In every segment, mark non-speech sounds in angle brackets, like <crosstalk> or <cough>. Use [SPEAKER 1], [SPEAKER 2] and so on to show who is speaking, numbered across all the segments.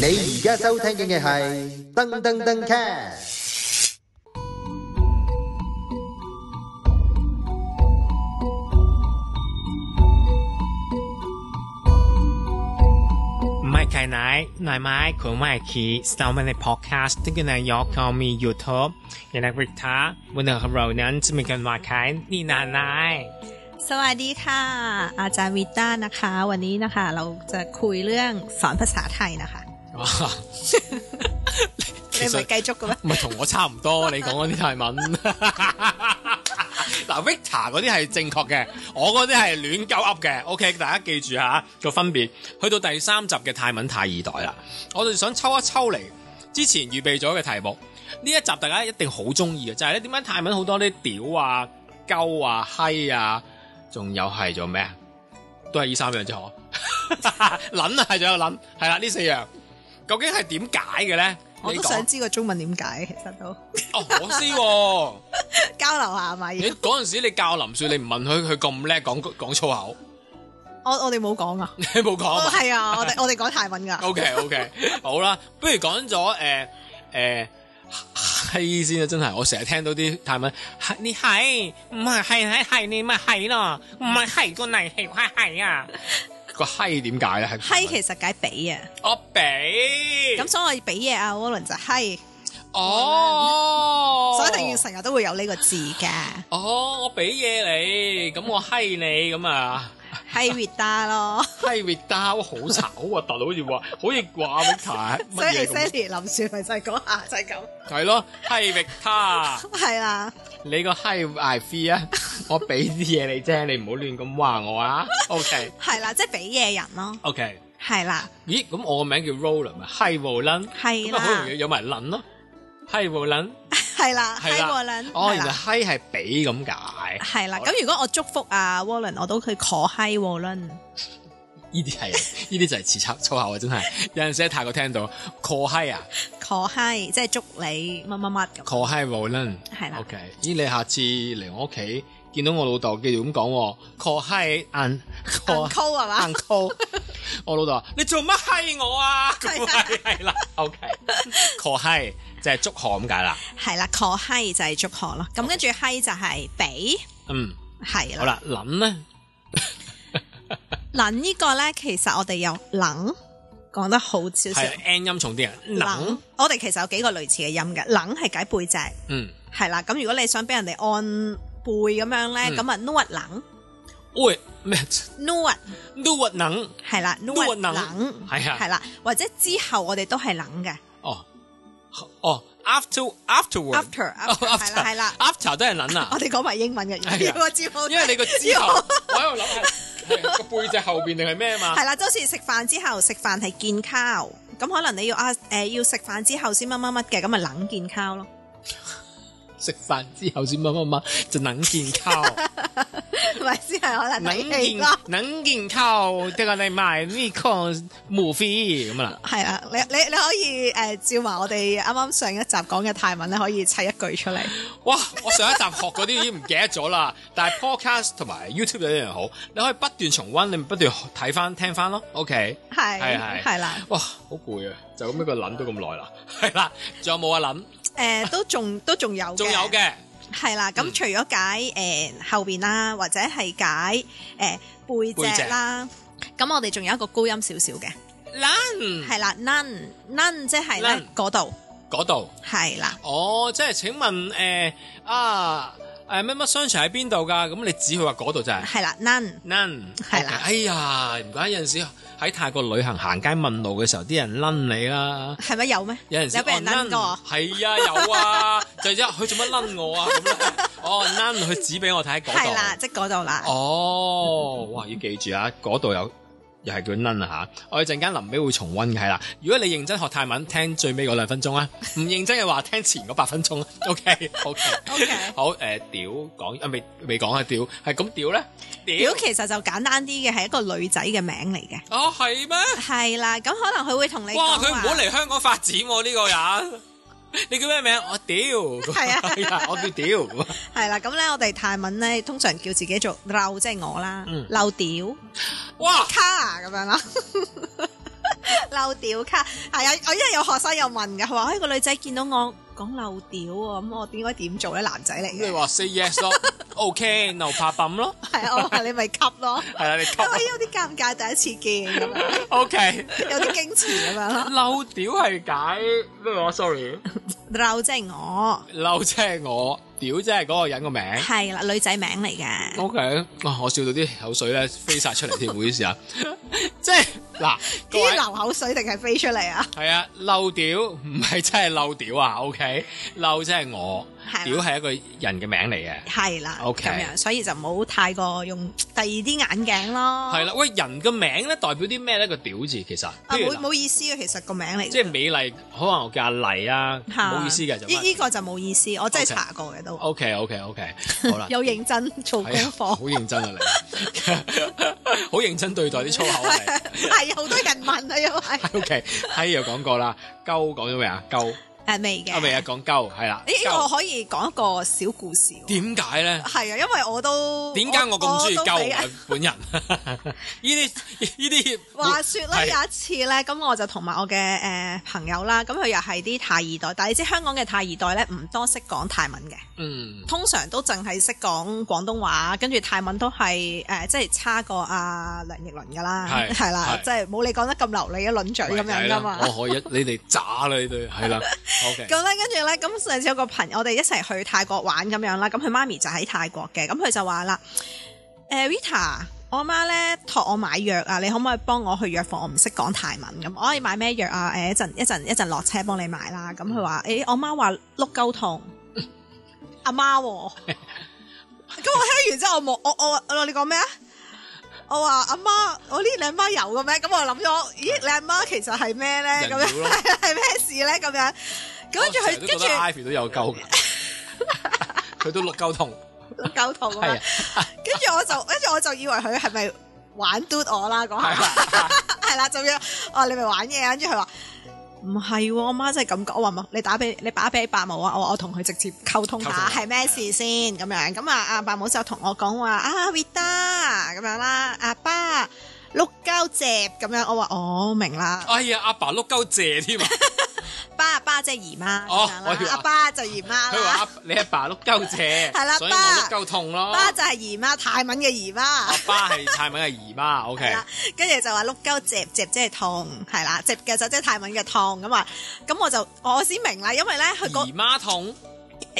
[SPEAKER 1] 你而家收聽嘅係噔噔噔 cast。
[SPEAKER 2] ไม่ใครไหนหน่อยไม้ของไม่คีสตาร์มันในพอดแคสต์ที่อยู่ในยอคอมียูทูบอย่านักวิทาวันหนึ่งของเรานั้นจะมีการมาขายนี่นาน <laughs> นาย
[SPEAKER 3] สวัสดีค่ะ อาจารย์วิต้านะคะ วันนี้นะคะ เราจะคุยเรื่องสอนภาษาไทยนะคะ
[SPEAKER 4] 哇！
[SPEAKER 3] 你
[SPEAKER 4] 其
[SPEAKER 3] 咪
[SPEAKER 4] 實
[SPEAKER 3] 繼續嘅
[SPEAKER 4] <laughs>
[SPEAKER 3] 咩？
[SPEAKER 4] 唔係同我差唔多，你講嗰啲泰文。 <laughs> 嗱，Victor 嗰啲係正確嘅，我嗰啲係亂鳩噏嘅。OK，大家記住下個分別。去到第三集嘅泰文太二代啦，我哋想抽一抽嚟之前預備咗嘅題目。呢一集大家一定好中意嘅，就係咧點解泰文好多啲屌啊、鳩啊、閪啊，仲有係做咩啊？都係呢三樣啫，
[SPEAKER 3] <laughs>
[SPEAKER 4] 嗬。撚啊，係仲有撚，係啦，呢四樣究竟係點解嘅咧？
[SPEAKER 3] 我
[SPEAKER 4] 你
[SPEAKER 3] 都
[SPEAKER 4] 講
[SPEAKER 3] 想知個中文點解，其實都
[SPEAKER 4] 哦，我知喎、
[SPEAKER 3] 交流下咪。
[SPEAKER 4] 你嗰阵时你教林雪，你唔問佢，佢咁叻講讲粗口， <laughs>
[SPEAKER 3] 我我哋冇講啊，
[SPEAKER 4] 你冇講
[SPEAKER 3] 哦
[SPEAKER 4] 啊
[SPEAKER 3] 係啊，我哋我哋講泰文噶。
[SPEAKER 4] ？O K O K，好啦，不如講咗诶诶閪先啊！真係，我成日聽到啲泰文，係你係唔係係係係你咪係咯，唔係係個泥係係係啊！個閪點解咧？係
[SPEAKER 3] 閪其實解俾啊，
[SPEAKER 4] 我俾
[SPEAKER 3] 咁所以我俾嘢阿 Warren 就閪，
[SPEAKER 4] 哦，
[SPEAKER 3] 所以一定要成日都會有呢個字嘅。
[SPEAKER 4] 哦，我俾嘢你，咁我閪你咁啊！ <laughs>
[SPEAKER 3] 閪 Vita 咯，
[SPEAKER 4] 批滅打好慘好核突，好似話
[SPEAKER 3] <laughs>
[SPEAKER 4] 好似話 v 牌
[SPEAKER 3] 所以
[SPEAKER 4] 乜嘢
[SPEAKER 3] s a
[SPEAKER 4] 咁
[SPEAKER 3] l？y 林雪咪就係講下就係咁，
[SPEAKER 4] 係咯，批滅他，
[SPEAKER 3] 係啦，
[SPEAKER 4] 你個閪 I fee 啊！我俾啲嘢你啫，你唔好亂咁話我啊。OK
[SPEAKER 3] 係啦，即係俾嘢人咯，
[SPEAKER 4] OK，
[SPEAKER 3] 係啦，
[SPEAKER 4] 咦？咁我個名叫 Roller 咪閪無撚，
[SPEAKER 3] 係
[SPEAKER 4] 咁咪好
[SPEAKER 3] 啦
[SPEAKER 4] 容易，有埋撚咯，閪無撚
[SPEAKER 3] 係啦，
[SPEAKER 4] 係
[SPEAKER 3] 閪
[SPEAKER 4] 啦
[SPEAKER 3] Warren，
[SPEAKER 4] 哦，
[SPEAKER 3] 係
[SPEAKER 4] 原
[SPEAKER 3] 啦
[SPEAKER 4] 來閪係俾咁解，
[SPEAKER 3] 係啦，
[SPEAKER 4] 好啦
[SPEAKER 3] 咁如果我祝福啊 Warren，我都佢可嗨 Warren，
[SPEAKER 4] 呢啲
[SPEAKER 3] <laughs>
[SPEAKER 4] 係呢啲就係詞插粗口啊！真係有陣時喺泰國聽到 call 閪啊
[SPEAKER 3] 可嗨即係祝你乜乜乜咁，
[SPEAKER 4] ，call 閪無撚。
[SPEAKER 3] 係啦
[SPEAKER 4] O，K，咦，你下次嚟我屋企見到我老豆，記住咁講喎，call hi un
[SPEAKER 3] 唔
[SPEAKER 4] call 啊
[SPEAKER 3] call 係嘛？ <laughs>
[SPEAKER 4] uncle，我老豆話：你做乜閪我啊？咁
[SPEAKER 3] 係啊
[SPEAKER 4] 係係啦，O K，call hi 就係祝賀咁解啦。
[SPEAKER 3] 係啦，可嗨就係祝賀咯，咁跟住嗨就係俾，
[SPEAKER 4] 嗯，
[SPEAKER 3] 係
[SPEAKER 4] 好
[SPEAKER 3] 啦，
[SPEAKER 4] 啦，諗咧，
[SPEAKER 3] 撚呢個咧其實我哋有撚講得好少少，
[SPEAKER 4] 係 N 音重啲啊，諗，，
[SPEAKER 3] 我哋其實有幾個類似嘅音嘅，撚係解背脊，
[SPEAKER 4] 嗯，
[SPEAKER 3] 係啦，咁如果你想俾人哋按背咁樣
[SPEAKER 4] 嗯
[SPEAKER 3] 咧，咁啊 n u 撚
[SPEAKER 4] 喂咩
[SPEAKER 3] n u
[SPEAKER 4] do what 能？
[SPEAKER 3] 係啦 n u
[SPEAKER 4] ，nuot 撚
[SPEAKER 3] 撚
[SPEAKER 4] 係啊
[SPEAKER 3] 係啦，或者之後我哋都係撚嘅
[SPEAKER 4] 哦哦，after afterward
[SPEAKER 3] after
[SPEAKER 4] 哦
[SPEAKER 3] after 係啦係啦。
[SPEAKER 4] <laughs> after 都係撚啊
[SPEAKER 3] <laughs> 我。哋講埋英文嘅，
[SPEAKER 4] 係啊
[SPEAKER 3] 如果知冇
[SPEAKER 4] 因為你個之後，我喺度諗係個背脊後邊定係咩嘛？
[SPEAKER 3] 係啦，即好似食飯之後食飯係健康，咁可能你要啊誒、要食飯之後先乜乜乜嘅，咁咪冷健康咯。 <laughs>
[SPEAKER 4] 食飯之後先乜乜乜就能健 <laughs> 康，
[SPEAKER 3] 咪先係可能
[SPEAKER 4] 能
[SPEAKER 3] 睇戲
[SPEAKER 4] 健
[SPEAKER 3] 咯。
[SPEAKER 4] 能健康，即係你賣呢個 movie 咁啦。
[SPEAKER 3] 係啦，你你你可以誒、照埋我哋啱啱上一集講嘅泰文咧，可以砌一句出嚟。
[SPEAKER 4] 哇！我上一集學嗰啲已經唔記得咗啦， <laughs> 但係 podcast 同埋 YouTube 有一樣好，你可以不斷重温，你咪不斷睇翻聽翻咯。OK，係
[SPEAKER 3] 係
[SPEAKER 4] 係
[SPEAKER 3] 係啦，
[SPEAKER 4] 哇，好攰啊！就咁一個諗都咁耐啦， <laughs> 係啦，仲有冇啊諗？
[SPEAKER 3] 誒、都
[SPEAKER 4] <laughs>
[SPEAKER 3] 仲都仲有
[SPEAKER 4] 仲有嘅，
[SPEAKER 3] 係啦。咁
[SPEAKER 4] 嗯
[SPEAKER 3] 除咗解誒、後邊啦，或者係解誒、背
[SPEAKER 4] 背
[SPEAKER 3] 脊
[SPEAKER 4] 脊
[SPEAKER 3] 啦，咁我哋仲有一個高音少少嘅，
[SPEAKER 4] 撚
[SPEAKER 3] 係啦 n o n n o n 即係咧
[SPEAKER 4] 嗯 none
[SPEAKER 3] 嗰度。
[SPEAKER 4] 嗰度。
[SPEAKER 3] 係啦，
[SPEAKER 4] 哦，即係請問誒、呃啊誒乜乜商場喺邊度㗎？咁你指佢話嗰度就係、
[SPEAKER 3] 係啦，none
[SPEAKER 4] none
[SPEAKER 3] 係啦
[SPEAKER 4] OK，哎呀，唔怪有陣時喺泰國旅行行街問路嘅時候，啲人攆你啦。
[SPEAKER 3] 係咪有咩？
[SPEAKER 4] 有陣時
[SPEAKER 3] 有俾人攆過
[SPEAKER 4] 哦，none，係啊，有啊，就一佢做乜攆我啊？咁樣哦，none 佢指俾我睇喺嗰
[SPEAKER 3] 係啦，
[SPEAKER 4] 度。
[SPEAKER 3] 即係嗰度啦。
[SPEAKER 4] 哦，哇！要記住啊，嗰度有又係叫 none 啊嚇。我哋陣間臨尾會重温嘅係啦。如果你認真學泰文，聽最尾嗰兩分鐘啊；唔認真嘅話，聽前嗰八分鐘啊。OK OK
[SPEAKER 3] OK
[SPEAKER 4] 好誒、屌講啊未未講啊屌係咁屌咧
[SPEAKER 3] 表其實就簡單啲嘅，係一個女仔嘅名
[SPEAKER 4] <laughs>
[SPEAKER 3] 嚟嘅。
[SPEAKER 4] 啊係咩？
[SPEAKER 3] 係啦，咁可能佢會同你
[SPEAKER 4] 哇！
[SPEAKER 3] 講
[SPEAKER 4] 佢唔好嚟香港發展喎、呢、 <laughs> 個人。你叫咩名？我屌，
[SPEAKER 3] 係啊
[SPEAKER 4] 係啊， <laughs> 我叫屌。
[SPEAKER 3] 話係啦，咁咧我哋泰文咧通常叫自己做漏，即係我啦
[SPEAKER 4] 嗯，
[SPEAKER 3] 漏屌
[SPEAKER 4] 哇！
[SPEAKER 3] 卡咁樣啦。 <laughs> 漏屌卡係啊！我因為有學生又問噶，佢話：，哎，個女仔見到我講漏屌喎，咁我應該點做咧？男仔嚟
[SPEAKER 4] 咁你
[SPEAKER 3] 嘅，
[SPEAKER 4] 話 say yes 咯，OK，no problem 咯，
[SPEAKER 3] 係啊，我話你咪吸咯，
[SPEAKER 4] 係啦，你
[SPEAKER 3] 因為
[SPEAKER 4] c
[SPEAKER 3] 有啲尷尬，第一次見咁樣，
[SPEAKER 4] OK，
[SPEAKER 3] 有啲矜持咁樣咯。
[SPEAKER 4] 漏屌係解咩話？sorry，
[SPEAKER 3] 漏即係我，
[SPEAKER 4] 漏即係我，屌即係嗰個人個名。
[SPEAKER 3] 係啦，女仔名嚟嘅，
[SPEAKER 4] O K，哇！我笑到啲口水咧飛晒出嚟添，唔好意思啊。 <laughs> 即係嗱，各
[SPEAKER 3] 啲
[SPEAKER 4] 位
[SPEAKER 3] 流口水定係飛出嚟啊？
[SPEAKER 4] 係啊，漏屌唔係真係漏屌啊。O K，漏即係我，
[SPEAKER 3] 係啦
[SPEAKER 4] 屌係一個人嘅名嚟嘅。
[SPEAKER 3] 係啦
[SPEAKER 4] OK
[SPEAKER 3] 咁樣，所以就唔好太過用第二啲眼鏡咯。
[SPEAKER 4] 係啦，喂，人嘅名咧代表啲咩咧？個屌字其實，
[SPEAKER 3] 哦啊，
[SPEAKER 4] 譬如
[SPEAKER 3] 冇
[SPEAKER 4] 嗱
[SPEAKER 3] 冇意思嘅，其實個名嚟嘅。
[SPEAKER 4] 即係美麗，可能我叫阿麗啊，
[SPEAKER 3] 嚇
[SPEAKER 4] 冇意思嘅就
[SPEAKER 3] 呢呢個就哦冇意思，我真係
[SPEAKER 4] OK
[SPEAKER 3] 查過嘅都。
[SPEAKER 4] O K O K O
[SPEAKER 3] <laughs>
[SPEAKER 4] K，好啦，
[SPEAKER 3] 有認真做功
[SPEAKER 4] 係啊，好
[SPEAKER 3] <laughs> 課，
[SPEAKER 4] 認真啊你， <laughs> 好認真對待啲粗口啊
[SPEAKER 3] <laughs>
[SPEAKER 4] 你。
[SPEAKER 3] 係好多人問啊，因 <laughs> 為
[SPEAKER 4] O K，閪又講過啦，鳩講咗未啊？鳩
[SPEAKER 3] 誒未嘅。
[SPEAKER 4] 啊未啊？講鳩係啦，
[SPEAKER 3] 咦？呢個
[SPEAKER 4] 鳩
[SPEAKER 3] 我可以講一個小故事喎。
[SPEAKER 4] 點解咧？
[SPEAKER 3] 係啊，因為我都
[SPEAKER 4] 點解我咁中意
[SPEAKER 3] 我都
[SPEAKER 4] 鳩
[SPEAKER 3] 俾
[SPEAKER 4] 啊本人？ <laughs> 呢啲呢啲
[SPEAKER 3] 話說咧，
[SPEAKER 4] 係
[SPEAKER 3] 有一次咧，咁我就同埋我嘅誒、呃朋友啦，咁佢又係啲泰二代，但係你知香港嘅泰二代咧唔多識講泰文嘅，
[SPEAKER 4] 嗯
[SPEAKER 3] 通常都淨係識講廣東話，跟住泰文都係誒、呃即係差過阿、梁奕倫噶啦，
[SPEAKER 4] 係
[SPEAKER 3] 係啦，
[SPEAKER 4] 係
[SPEAKER 3] 即係冇你講得咁流利嘅輪嘴咁樣噶嘛。
[SPEAKER 4] 我可以，你哋渣啦，你哋係啦。O
[SPEAKER 3] <laughs>
[SPEAKER 4] K，
[SPEAKER 3] 咁咧，跟住咧，咁上次有個朋友，我哋一齊去泰國玩咁樣啦，咁佢媽咪就喺泰國嘅，咁佢就話啦：，誒、Rita，我媽咧託我買藥啊，你可唔可以幫我去藥房？我唔識講泰文咁，我可以買咩藥啊？誒、一陣一陣一陣落車幫你買啦。咁佢話：，誒、我媽話碌鳩痛，阿媽喎、
[SPEAKER 4] <laughs>
[SPEAKER 3] 咁我聽完之後，我冇我我我你講咩啊？我話阿媽，我呢你阿媽有嘅咩？咁我諗咗，咦你阿媽其實係咩咧？
[SPEAKER 4] 人
[SPEAKER 3] 咁樣
[SPEAKER 4] 妖咯 <laughs>
[SPEAKER 3] 係咩事咧？咁樣咁跟住
[SPEAKER 4] 哦我
[SPEAKER 3] 佢
[SPEAKER 4] 成日都
[SPEAKER 3] 跟
[SPEAKER 4] 覺得
[SPEAKER 3] 住
[SPEAKER 4] Ivy 都
[SPEAKER 3] <laughs>
[SPEAKER 4] 有鳩嘅，佢都碌鳩痛。
[SPEAKER 3] 狗頭咁
[SPEAKER 4] 係
[SPEAKER 3] 樣
[SPEAKER 4] 啊，
[SPEAKER 3] 跟住我就跟 <laughs> 住我就以為佢係咪玩嘟我啦嗰
[SPEAKER 4] 係啊
[SPEAKER 3] 下，
[SPEAKER 4] 啦，
[SPEAKER 3] <laughs> 係啦，就咁樣哦你咪玩嘢啊，跟住佢話。唔係喎，我媽真係咁講。我話冇你打俾你打俾伯母啊！我話我同佢直接溝通下
[SPEAKER 4] 溝通下
[SPEAKER 3] 係咩事先咁樣。咁啊，阿伯母就同我講話啊 v i t a 咁樣啦，阿爸碌膠隻咁樣。我話哦，明啦，
[SPEAKER 4] 哎呀，阿爸碌鳩謝添啊！
[SPEAKER 3] 爸爸即係姨媽
[SPEAKER 4] 哦
[SPEAKER 3] 咁樣
[SPEAKER 4] 我以為
[SPEAKER 3] 啦，阿爸就姨媽
[SPEAKER 4] 佢話
[SPEAKER 3] 啦，
[SPEAKER 4] 阿你阿爸碌鳩謝，
[SPEAKER 3] 係啦
[SPEAKER 4] 所以我碌
[SPEAKER 3] 爸
[SPEAKER 4] 鳩痛咯。
[SPEAKER 3] 爸就係姨媽，泰文嘅姨媽
[SPEAKER 4] 阿。爸係泰文嘅姨媽，OK，
[SPEAKER 3] 係啦，跟住就話碌鳩接接即係痛，係啦，接嘅就即係泰文嘅痛咁啊，咁我就我先明啦，因為咧佢個
[SPEAKER 4] 姨媽痛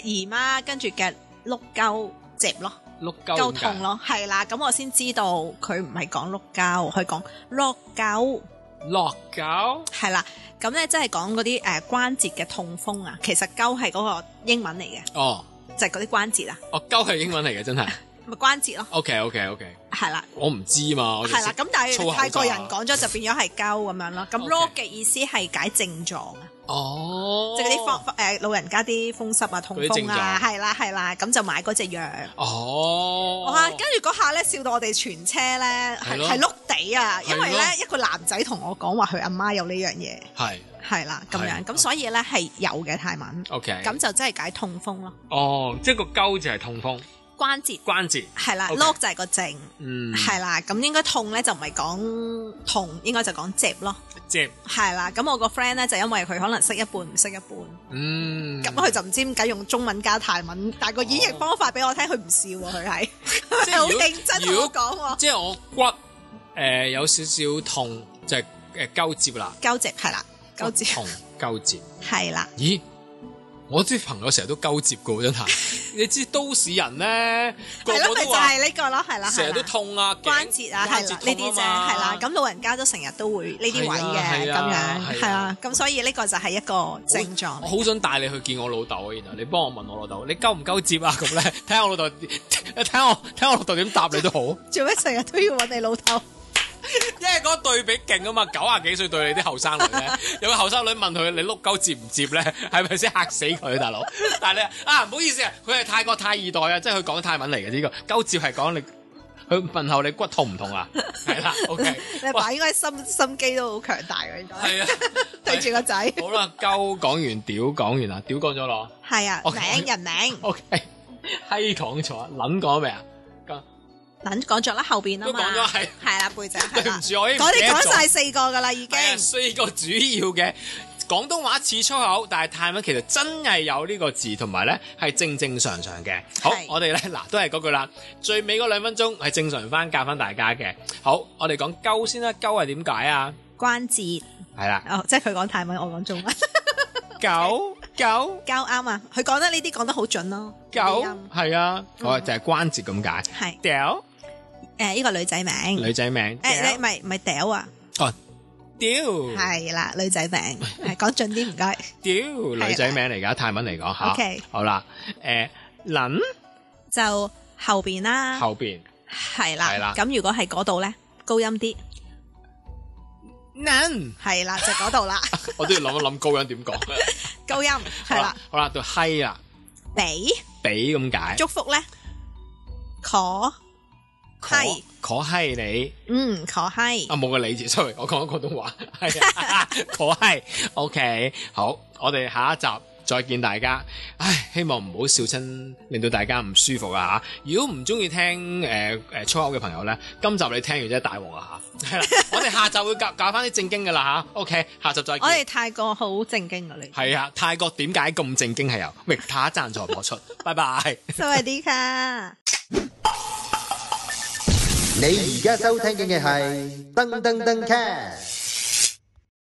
[SPEAKER 3] 姨媽跟住嘅碌鳩接咯，
[SPEAKER 4] 碌鳩
[SPEAKER 3] 鳩
[SPEAKER 4] 點解
[SPEAKER 3] 痛，咯，係啦，咁我先知道佢唔係講碌鳩，佢講碌鳩，
[SPEAKER 4] 落狗
[SPEAKER 3] 係啦，咁咧即係講嗰啲誒關節嘅痛風啊，其實鳩係嗰個英文嚟嘅，
[SPEAKER 4] 哦，
[SPEAKER 3] 就係嗰啲關節啊，
[SPEAKER 4] 哦鳩係英文嚟嘅，
[SPEAKER 3] <laughs>
[SPEAKER 4] 真係
[SPEAKER 3] 咪關節咯，
[SPEAKER 4] ，OK OK OK，
[SPEAKER 3] 係啦。
[SPEAKER 4] 我唔知嘛，我就
[SPEAKER 3] 係啦，咁但
[SPEAKER 4] 哦粗口咋
[SPEAKER 3] 係泰國人講咗就變咗係鳩咁樣咯。咁
[SPEAKER 4] OK
[SPEAKER 3] log 嘅意思係解症狀啊。
[SPEAKER 4] 哦，
[SPEAKER 3] 即係嗰啲方誒老人家啲風濕啊、痛
[SPEAKER 4] 嗰啲症
[SPEAKER 3] 風啊，係啦係啦，咁就買嗰只藥。
[SPEAKER 4] 哦，
[SPEAKER 3] 哇！跟住嗰下咧，笑到我哋全車咧
[SPEAKER 4] 係
[SPEAKER 3] 係
[SPEAKER 4] 咯
[SPEAKER 3] 係碌地啊，因為
[SPEAKER 4] 係咯
[SPEAKER 3] 咧一個男仔同我講話佢阿媽有呢樣嘢，
[SPEAKER 4] 係
[SPEAKER 3] 係啦咁樣，
[SPEAKER 4] 係哦
[SPEAKER 3] 咁所以咧係有嘅泰文，
[SPEAKER 4] OK，
[SPEAKER 3] 咁就真係解痛風咯，
[SPEAKER 4] 哦，即係個鳩就係痛風
[SPEAKER 3] 關節
[SPEAKER 4] 關節，
[SPEAKER 3] 係啦
[SPEAKER 4] OK
[SPEAKER 3] ，log 就係個症，
[SPEAKER 4] 嗯，
[SPEAKER 3] 係啦，咁應該痛咧就唔係講痛，應該就講接咯，
[SPEAKER 4] 接，
[SPEAKER 3] 係啦，咁我個 friend 咧就因為佢可能識一半唔識一半。
[SPEAKER 4] 嗯，
[SPEAKER 3] 咁佢就唔知點解用中文加泰文，但係個演繹方法俾我聽，佢唔笑喎，佢係
[SPEAKER 4] 即
[SPEAKER 3] 佢 <laughs>
[SPEAKER 4] 係
[SPEAKER 3] 好
[SPEAKER 4] 如果
[SPEAKER 3] 認真同
[SPEAKER 4] 如
[SPEAKER 3] 我
[SPEAKER 4] 果
[SPEAKER 3] 講喎，
[SPEAKER 4] 即係我骨誒有少少痛，就係誒鳩接啦，
[SPEAKER 3] 鳩直係
[SPEAKER 4] 哦
[SPEAKER 3] 啦，鳩直
[SPEAKER 4] 痛鳩接。
[SPEAKER 3] 係啦，
[SPEAKER 4] 咦，我啲朋友成日都鳩接噶，真
[SPEAKER 3] <laughs>
[SPEAKER 4] 係。你知都市人咧，個
[SPEAKER 3] 係
[SPEAKER 4] 個
[SPEAKER 3] 咯，咪
[SPEAKER 4] 都
[SPEAKER 3] 就
[SPEAKER 4] 話
[SPEAKER 3] 係呢個咯，係啦，
[SPEAKER 4] 成日都
[SPEAKER 3] 係啦
[SPEAKER 4] 痛啊，
[SPEAKER 3] 關
[SPEAKER 4] 頸
[SPEAKER 3] 節啊，
[SPEAKER 4] 關
[SPEAKER 3] 係
[SPEAKER 4] 節
[SPEAKER 3] 啦，
[SPEAKER 4] 痛啊
[SPEAKER 3] 呢啲啫，
[SPEAKER 4] 嘛
[SPEAKER 3] 係啦，咁老人家都成日都會呢啲位嘅
[SPEAKER 4] 係啊係
[SPEAKER 3] 咁樣，
[SPEAKER 4] 啊係
[SPEAKER 3] 係
[SPEAKER 4] 啊
[SPEAKER 3] 啊，咁所以呢個就係一個症狀
[SPEAKER 4] 我
[SPEAKER 3] 嚟。
[SPEAKER 4] 好想帶你去見我老豆啊，然後你幫我問我老豆，你鳩唔鳩接啊？咁咧，睇下我老豆，睇下我睇下我老豆點答你都好，
[SPEAKER 3] 做咩成日都要揾你老豆？
[SPEAKER 4] 因為嗰個對比勁啊嘛，九啊幾歲對你啲後生女
[SPEAKER 3] <laughs>
[SPEAKER 4] 咧，有個後生女問佢你碌鳩接唔接咧，係咪先嚇死佢
[SPEAKER 3] <laughs>
[SPEAKER 4] 大佬？但係你啊唔好意思啊，佢係泰國泰二代啊，即係佢講泰文嚟嘅呢個鳩接係講你。佢問候你骨痛唔
[SPEAKER 3] <laughs>
[SPEAKER 4] 痛啊？ <laughs> 係啦，OK。
[SPEAKER 3] 你阿爸應該心心機都好強大嘅，應該
[SPEAKER 4] 係啊，
[SPEAKER 3] 對住個仔
[SPEAKER 4] 好啦，鳩講完，屌講完啦，屌講咗咯
[SPEAKER 3] <laughs> 係啊，
[SPEAKER 4] 我
[SPEAKER 3] 名人名
[SPEAKER 4] ，OK，閪講咗，撚講未啊？
[SPEAKER 3] 嗱講咗啦後邊啊
[SPEAKER 4] 都
[SPEAKER 3] 嘛，
[SPEAKER 4] 講咗係
[SPEAKER 3] 係啦背脊係
[SPEAKER 4] <laughs> 對
[SPEAKER 3] 啦
[SPEAKER 4] 唔，住，我已經唔
[SPEAKER 3] 我
[SPEAKER 4] 記
[SPEAKER 3] 哋
[SPEAKER 4] 得
[SPEAKER 3] 講
[SPEAKER 4] 咗
[SPEAKER 3] 晒四個噶啦已經，
[SPEAKER 4] 係啊四個主要嘅廣東話似粗口，但係泰文其實真係有呢個字，同埋咧係正正常常嘅。好
[SPEAKER 3] 係，
[SPEAKER 4] 我哋咧嗱都係嗰句啦，最尾嗰兩分鐘係正常翻教翻大家嘅。好，我哋講鳩先啦，鳩係點解啊？
[SPEAKER 3] 關節
[SPEAKER 4] 係啦，
[SPEAKER 3] 哦，即係佢講泰文，我講
[SPEAKER 4] <laughs>
[SPEAKER 3] 中文，
[SPEAKER 4] 狗狗
[SPEAKER 3] 交啱啊！佢講得呢啲講得好準咯，
[SPEAKER 4] 狗
[SPEAKER 3] 啲音
[SPEAKER 4] 係啊，我就係關節咁解。
[SPEAKER 3] 係
[SPEAKER 4] 屌
[SPEAKER 3] 誒呢個女仔名，
[SPEAKER 4] 女仔名，
[SPEAKER 3] 誒你唔係唔係屌啊，
[SPEAKER 4] 屌
[SPEAKER 3] 係啦女
[SPEAKER 4] <laughs>
[SPEAKER 3] 仔名，係講準啲唔該，
[SPEAKER 4] 屌女仔名嚟㗎，泰文嚟講吓。
[SPEAKER 3] OK
[SPEAKER 4] 好啦，誒撚
[SPEAKER 3] 就後邊啦，
[SPEAKER 4] 後邊
[SPEAKER 3] 係
[SPEAKER 4] 係啦
[SPEAKER 3] 啦，咁如果係嗰度咧高音啲，
[SPEAKER 4] <laughs> 撚。
[SPEAKER 3] 係啦就嗰度啦，
[SPEAKER 4] 我都要諗一諗高音點講。
[SPEAKER 3] 高音係啦，，
[SPEAKER 4] 好啦，到閪啦，
[SPEAKER 3] 俾
[SPEAKER 4] 俾咁解，
[SPEAKER 3] 祝福咧，可係
[SPEAKER 4] 可閪你
[SPEAKER 3] 嗯可係。
[SPEAKER 4] 啊，冇個你字，sorry，我 <laughs> 講緊廣東話，係啊，可閪，OK，好，我哋下一集。再見大家，唉，希望唔好笑親，令到大家唔舒服啊嚇！如果唔中意聽誒誒、呃粗口嘅朋友咧，今集你聽完真係大鑊啊嚇！係啦，
[SPEAKER 3] <laughs>
[SPEAKER 4] 我哋下集會教教翻啲正經嘅啦吓 OK，下集再
[SPEAKER 3] 我
[SPEAKER 4] 見。
[SPEAKER 3] 哋泰國好正經㗎你，
[SPEAKER 4] 係啊，泰國點解咁正經係由域塔贊助播
[SPEAKER 3] <laughs>
[SPEAKER 4] 出，拜拜。
[SPEAKER 3] สวัสดีค่ะ
[SPEAKER 1] 你而家收聽嘅係噔噔噔 c a